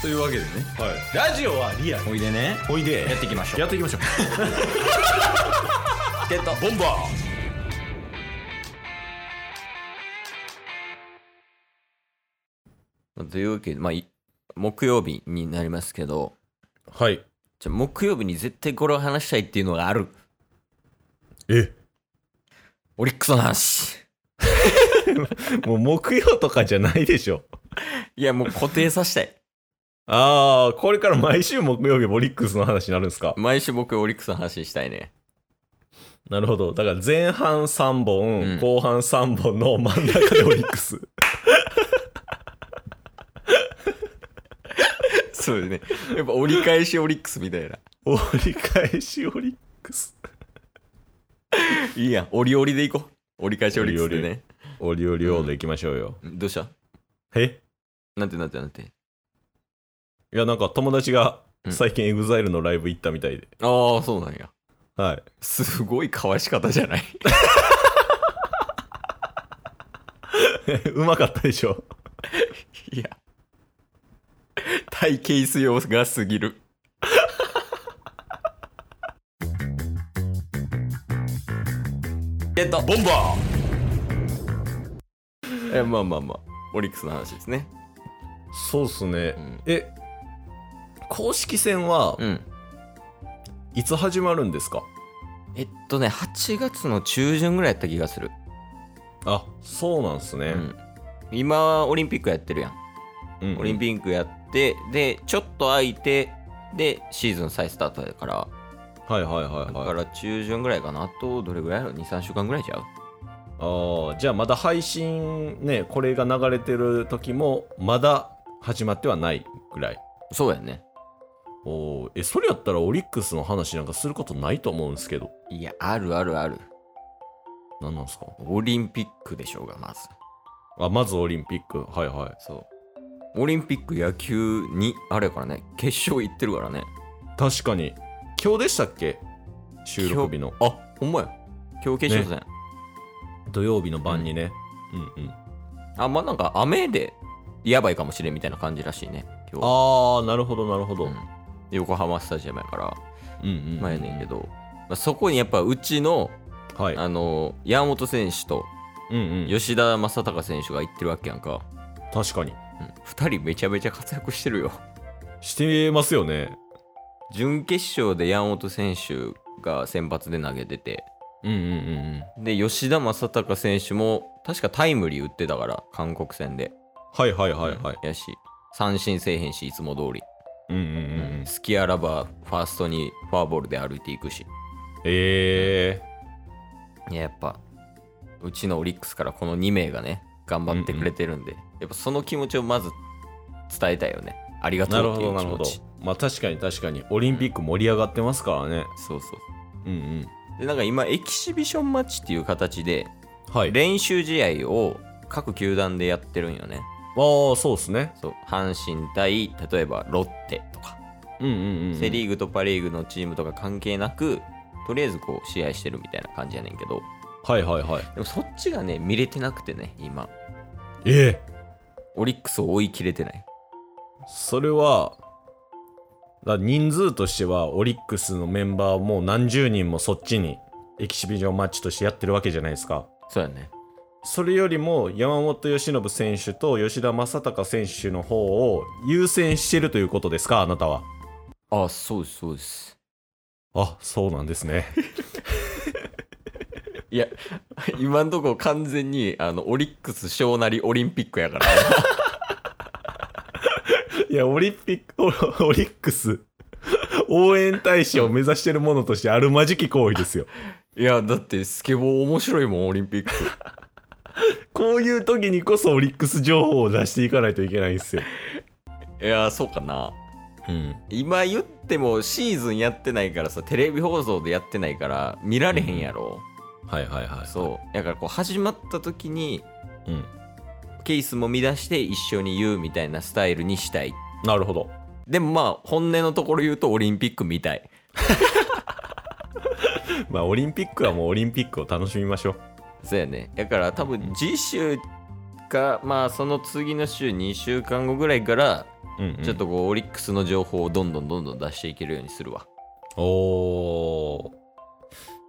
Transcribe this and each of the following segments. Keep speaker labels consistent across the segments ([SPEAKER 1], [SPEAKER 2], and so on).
[SPEAKER 1] というわけでね
[SPEAKER 2] はい、ラジオはリアル
[SPEAKER 1] おいでね
[SPEAKER 2] おいで
[SPEAKER 1] やっていきましょう
[SPEAKER 2] やっていきましょう
[SPEAKER 1] ゲット
[SPEAKER 2] ボンバ
[SPEAKER 1] というわけで、まあ、い木曜日になりますけど、
[SPEAKER 2] ーはい
[SPEAKER 1] じゃあ木曜日に絶対これを話したいっていうのがある。
[SPEAKER 2] え
[SPEAKER 1] オリックスの 話。
[SPEAKER 2] もう木曜とかじゃないでしょ
[SPEAKER 1] いや、もう固定させたい。
[SPEAKER 2] ああこれから毎週木曜日オリックスの話になるんですか
[SPEAKER 1] 毎週僕オリックスの話したいね。
[SPEAKER 2] なるほどだから前半3本、
[SPEAKER 1] うん
[SPEAKER 2] 後半3本の真ん中でオリックス
[SPEAKER 1] そうですね。やっぱ折り返しオリックスみたいな。
[SPEAKER 2] 折り返しオリックス
[SPEAKER 1] いいやん、折り折りでいこう。折り返しオリックスでね。
[SPEAKER 2] オリオリオでいきましょうよ、
[SPEAKER 1] どうした
[SPEAKER 2] え
[SPEAKER 1] なんてなんてなんて。
[SPEAKER 2] いやなんか友達が
[SPEAKER 1] うん
[SPEAKER 2] 最近 EXILE のライブ行ったみたいで、
[SPEAKER 1] ああ、そうなんや。
[SPEAKER 2] はい
[SPEAKER 1] すごいかわし方じゃない
[SPEAKER 2] うまかったでしょ
[SPEAKER 1] いや。体型必要がすぎる。ゲット
[SPEAKER 2] ボンバ
[SPEAKER 1] えまあまあまあオリックスの話ですね
[SPEAKER 2] ーそうっすね、
[SPEAKER 1] うん
[SPEAKER 2] え公式戦は
[SPEAKER 1] うん
[SPEAKER 2] いつ始まるんですか、
[SPEAKER 1] えっとね8月の中旬ぐらいやった気がする、
[SPEAKER 2] あそうなんす
[SPEAKER 1] う
[SPEAKER 2] ね、
[SPEAKER 1] ん、今はオリンピックやってるやん
[SPEAKER 2] うん
[SPEAKER 1] オリンピックやってでちょっと空いてでシーズン再スタートだから
[SPEAKER 2] はいはいはい
[SPEAKER 1] だ
[SPEAKER 2] は
[SPEAKER 1] か
[SPEAKER 2] い
[SPEAKER 1] ら中旬ぐらいかなあとどれぐらいやろ23週間ぐらいちゃう
[SPEAKER 2] あーじゃあまだ配信ねこれが流れてる時もまだ始まってはないぐらい
[SPEAKER 1] そうやね
[SPEAKER 2] おーえそれやったらオリックスの話なんかすることないと思うんですけど
[SPEAKER 1] いやあるあるある
[SPEAKER 2] 何なんすか
[SPEAKER 1] オリンピックでしょうがまず
[SPEAKER 2] あまずオリンピックはいはい
[SPEAKER 1] そうオリンピック野球にあれやからね決勝行ってるからね
[SPEAKER 2] 確かに今日でしたっけ収録日の
[SPEAKER 1] あほんまや今日決勝戦、
[SPEAKER 2] 土曜日の晩にね、うん、うん
[SPEAKER 1] あまあなんか雨でやばいかもしれんみたいな感じらしいね今日
[SPEAKER 2] ああなるほどなるほど、
[SPEAKER 1] うん横浜スタジアムやから
[SPEAKER 2] うんうん
[SPEAKER 1] まあやねんけど、まあ、そこにやっぱうちの
[SPEAKER 2] はい
[SPEAKER 1] あの山本選手と
[SPEAKER 2] うんうん
[SPEAKER 1] 吉田正尚選手が行ってるわけやんか、
[SPEAKER 2] 確かに
[SPEAKER 1] うん、2人めちゃめちゃ活躍してるよ
[SPEAKER 2] してますよね
[SPEAKER 1] 準決勝で山本選手が先発で投げてて
[SPEAKER 2] うんうんうんうん
[SPEAKER 1] で吉田正尚選手も確かタイムリー打ってたから韓国戦で
[SPEAKER 2] はいはいはいはい
[SPEAKER 1] やし三振せえへんしいつも通り
[SPEAKER 2] うんうんうんうん
[SPEAKER 1] スキアラバーファーストにフォアボールで歩いていくし
[SPEAKER 2] ええ
[SPEAKER 1] いややっぱうちのオリックスからこの2名がね頑張ってくれてるんで、やっぱその気持ちをまず伝えたいよねありが
[SPEAKER 2] な
[SPEAKER 1] と
[SPEAKER 2] る
[SPEAKER 1] うっ
[SPEAKER 2] ほ
[SPEAKER 1] てい
[SPEAKER 2] ど
[SPEAKER 1] う
[SPEAKER 2] な
[SPEAKER 1] 気
[SPEAKER 2] るほ
[SPEAKER 1] 持
[SPEAKER 2] ど
[SPEAKER 1] ち
[SPEAKER 2] まあ確かに確かにオリンピック盛り上がってますからね
[SPEAKER 1] そうそ
[SPEAKER 2] うんうん
[SPEAKER 1] うでなんか今エキシビションマッチっていう形で
[SPEAKER 2] はい
[SPEAKER 1] 練習試合を各球団でやってるんよね
[SPEAKER 2] ああそうですね
[SPEAKER 1] そう阪神対例えばロッテとか、
[SPEAKER 2] うんうんうんうん
[SPEAKER 1] セ・リーグとパ・リーグのチームとか関係なくとりあえずこう試合してるみたいな感じやねんけど
[SPEAKER 2] はいはいはい
[SPEAKER 1] でもそっちがね見れてなくてね今
[SPEAKER 2] ええ
[SPEAKER 1] オリックスを追い切れてない
[SPEAKER 2] それはだ人数としてはオリックスのメンバーもう何十人もそっちにエキシビジョンマッチとしてやってるわけじゃないですか
[SPEAKER 1] そうやね
[SPEAKER 2] それよりも山本由伸選手と吉田正尚選手の方を優先してるということですかあなたは
[SPEAKER 1] あそうですそうです
[SPEAKER 2] あそうなんですね
[SPEAKER 1] いや今んとこ完全にあのオリックス小なりオリンピックやから
[SPEAKER 2] いやオリンピックオ オリックス応援大使を目指してるものとしてあるまじき行為ですよ
[SPEAKER 1] いやだってスケボー面白いもんオリンピック
[SPEAKER 2] こういう時にこそオリックス情報を出していかないといけないんですよ
[SPEAKER 1] いやそうかな
[SPEAKER 2] うん
[SPEAKER 1] 今言ってもシーズンやってないからさテレビ放送でやってないから見られへんやろ、
[SPEAKER 2] はいはいは
[SPEAKER 1] そうだからこう始まった時に
[SPEAKER 2] ううん
[SPEAKER 1] ケースも見出して一緒に言うみたいなスタイルにしたい
[SPEAKER 2] なるほど。
[SPEAKER 1] でもまあ本音のところ言うとオリンピックみたい
[SPEAKER 2] まあ、オリンピックはもうオリンピックを楽しみましょう。
[SPEAKER 1] そうやね。だから多分次週か、まあその次の週2週間後ぐらいから
[SPEAKER 2] うんうん
[SPEAKER 1] ちょっとこうオリックスの情報をどんどんどんどん出していけるようにするわ
[SPEAKER 2] おー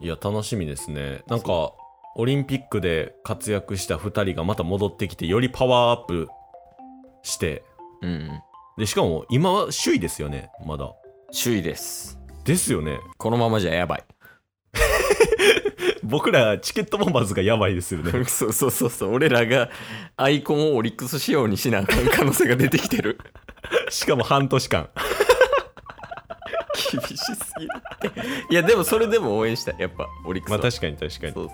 [SPEAKER 2] いや楽しみですねなんかオリンピックで活躍した2人がまた戻ってきてよりパワーアップして
[SPEAKER 1] うん、うん、
[SPEAKER 2] でしかも今は首位ですよねまだ
[SPEAKER 1] 首位です
[SPEAKER 2] ですよね
[SPEAKER 1] このままじゃやばい
[SPEAKER 2] 僕らチケットボンバーズがやばいですよね
[SPEAKER 1] そうそうそうそう俺らがアイコンをオリックス仕様にしなあかん可能性が出てきてる
[SPEAKER 2] しかも半年間
[SPEAKER 1] 厳しすぎるいやでもそれでも応援したいやっぱオリックス
[SPEAKER 2] ま
[SPEAKER 1] は
[SPEAKER 2] あ確かに確かに
[SPEAKER 1] そうそ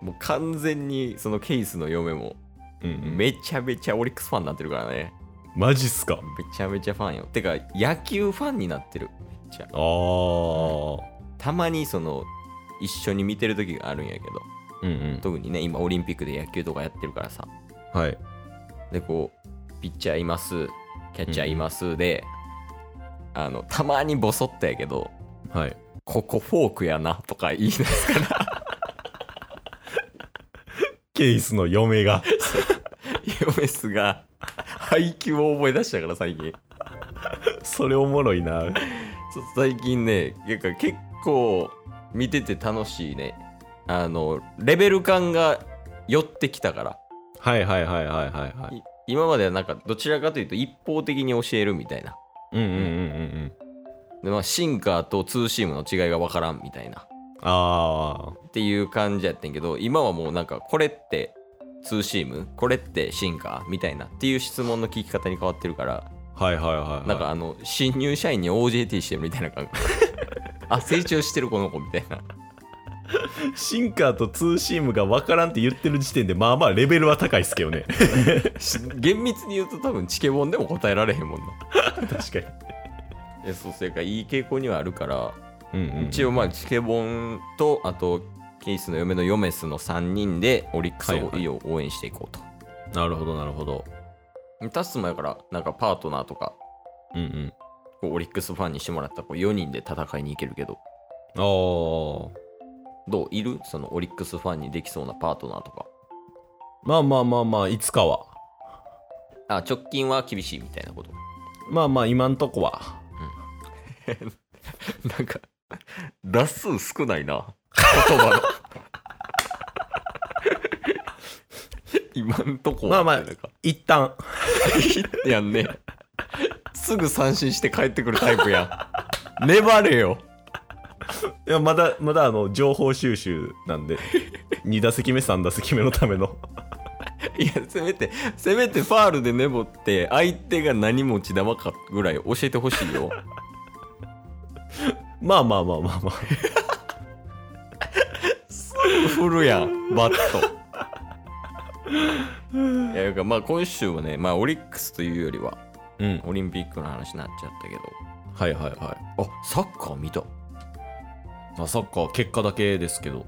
[SPEAKER 1] うもう完全にそのケイスの嫁も
[SPEAKER 2] うんうん
[SPEAKER 1] めちゃめちゃオリックスファンになってるからね
[SPEAKER 2] マジっすか
[SPEAKER 1] めちゃめちゃファンよてか野球ファンになってるめっちゃ
[SPEAKER 2] あー
[SPEAKER 1] たまにその一緒に見てる時があるんやけど
[SPEAKER 2] うんうん
[SPEAKER 1] 特にね今オリンピックで野球とかやってるからさ
[SPEAKER 2] はい
[SPEAKER 1] でこうピッチャーいますキャッチャーいますで、あのたまにボソッとやけど
[SPEAKER 2] はい
[SPEAKER 1] ここフォークやなとか言い出すから
[SPEAKER 2] ケイスの嫁が
[SPEAKER 1] 嫁すが配球を覚え出したから最近
[SPEAKER 2] それおもろいな
[SPEAKER 1] そう最近ね結構結構見てて楽しいねあのレベル感が寄ってきたから
[SPEAKER 2] はいはいはいはいはいはい
[SPEAKER 1] い今まではなんかどちらかというと一方的に教えるみたいな
[SPEAKER 2] うんうんうんうんうん
[SPEAKER 1] で、まあ、シンカーとツーシームの違いが分からんみたいな
[SPEAKER 2] あ
[SPEAKER 1] っていう感じやってんけど今はもうなんかこれってツーシームこれってシンカーみたいなっていう質問の聞き方に変わってるから
[SPEAKER 2] あはいはいはいはい
[SPEAKER 1] なんかあの新入社員に OJT してるみたいな感覚あ成長してるこの子みたいな
[SPEAKER 2] シンカーとツーシームが分からんって言ってる時点でまあまあレベルは高いっすけどね
[SPEAKER 1] し厳密に言うと多分チケボンでも答えられへんもんな
[SPEAKER 2] 確か
[SPEAKER 1] えそうそれからいい傾向にはあるから、
[SPEAKER 2] に、うんうん、
[SPEAKER 1] 一応まあチケボンとあとケイスの嫁のヨメスの3人でオリックス
[SPEAKER 2] はいはい
[SPEAKER 1] を応援していこうと、
[SPEAKER 2] なるほどなるほど
[SPEAKER 1] タスマやからなんかパートナーとか
[SPEAKER 2] うんうん
[SPEAKER 1] こうオリックスファンにしてもらったらこう4人で戦いに行けるけど
[SPEAKER 2] あー
[SPEAKER 1] どういるそのオリックスファンにできそうなパートナーとか
[SPEAKER 2] まあまあまあまあいつかは
[SPEAKER 1] あ直近は厳しいみたいなこと
[SPEAKER 2] まあまあ今んとこは
[SPEAKER 1] なんかラ数少ないな言葉 の今んとこ
[SPEAKER 2] まあまあ
[SPEAKER 1] なんか
[SPEAKER 2] 一旦
[SPEAKER 1] やんねすぐ三振して帰ってくるタイプや ん粘れよ
[SPEAKER 2] いやまだまだあの情報収集なん で2打席目3打席目のための
[SPEAKER 1] いやせめてせめてファールで粘って相手が何持ち玉かぐらい教えてほしいよ
[SPEAKER 2] まあまあまあまあまあ
[SPEAKER 1] 振るやんバット いやだからまあ今週はね、まあ、オリックスというよりは
[SPEAKER 2] うん
[SPEAKER 1] オリンピックの話になっちゃったけ
[SPEAKER 2] はいはいはい
[SPEAKER 1] どあサッカー見た
[SPEAKER 2] まあサッカー結果だけですけど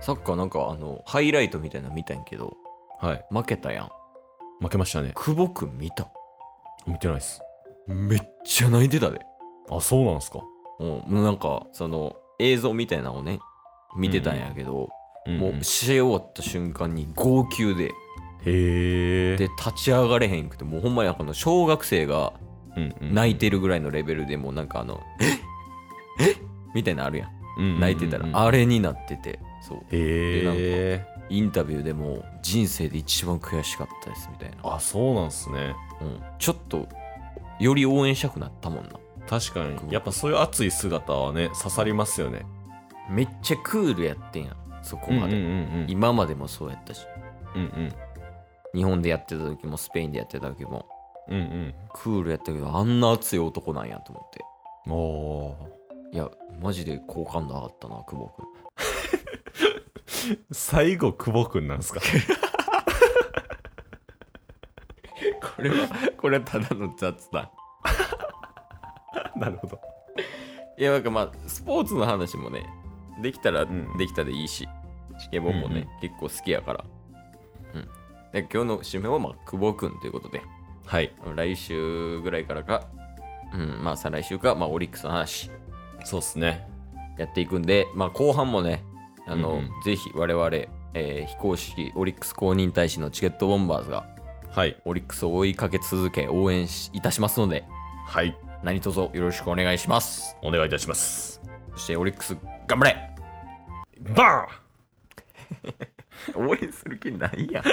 [SPEAKER 1] サッカーなんかあのハイライトみたいなの見たんやけど
[SPEAKER 2] はい
[SPEAKER 1] 負けたやん
[SPEAKER 2] 負けましたね
[SPEAKER 1] 久保君見た
[SPEAKER 2] 見てないっす
[SPEAKER 1] めっちゃ泣いてたで
[SPEAKER 2] あそうなんすか、
[SPEAKER 1] うんもうなんかその映像みたいなのをね見てたんやけど、
[SPEAKER 2] うんうん
[SPEAKER 1] もう試合終わった瞬間に号泣で
[SPEAKER 2] へえ
[SPEAKER 1] で立ち上がれへんくてもうほんまになんかあの小学生が泣い
[SPEAKER 2] て
[SPEAKER 1] てるぐらいのレベルでもうなんかあの「ええみたいなのあるやん泣いてたら、あれになっててそう
[SPEAKER 2] へえ
[SPEAKER 1] インタビューでも人生で一番悔しかったですみたいな、
[SPEAKER 2] あそうなんすね
[SPEAKER 1] うん、ちょっとより応援したくなったもんな
[SPEAKER 2] 確かにやっぱそういう熱い姿はね刺さりますよね
[SPEAKER 1] めっちゃクールやってんやんそこ
[SPEAKER 2] うん
[SPEAKER 1] ま
[SPEAKER 2] うんうん
[SPEAKER 1] で、
[SPEAKER 2] うん
[SPEAKER 1] 今までもそうやったし
[SPEAKER 2] うん
[SPEAKER 1] 日本でやってた時もスペインでやってた時も
[SPEAKER 2] うんうん
[SPEAKER 1] クールやったけどあんな熱い男なんやと思って
[SPEAKER 2] うんおー
[SPEAKER 1] いやマジで好感度上がったな久保君
[SPEAKER 2] 最後久保くんなんすか
[SPEAKER 1] これはこれはただの雑談
[SPEAKER 2] なるほど
[SPEAKER 1] いやなんかまあスポーツの話もねできたら
[SPEAKER 2] ん
[SPEAKER 1] できたでいいし、チケボンもね、結構好きやから、うん、で今日の締めはまあ久保君ということで
[SPEAKER 2] はい
[SPEAKER 1] 来週ぐらいからか、うん、まあ再来週か、まあ、オリックスの話
[SPEAKER 2] そうっすね
[SPEAKER 1] やっていくんで、まあ、後半もねあの、
[SPEAKER 2] うんうん
[SPEAKER 1] ぜひ我々、えー非公式オリックス公認大使のチケットボンバーズが
[SPEAKER 3] はい。
[SPEAKER 1] オリックスを追いかけ続け応援しいたしますので
[SPEAKER 3] はい。
[SPEAKER 1] 何卒よろしくお願いします
[SPEAKER 3] お願いいたします。
[SPEAKER 1] そしてオリックス頑張れ
[SPEAKER 3] バーン
[SPEAKER 1] 応援する気ないやん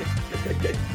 [SPEAKER 2] す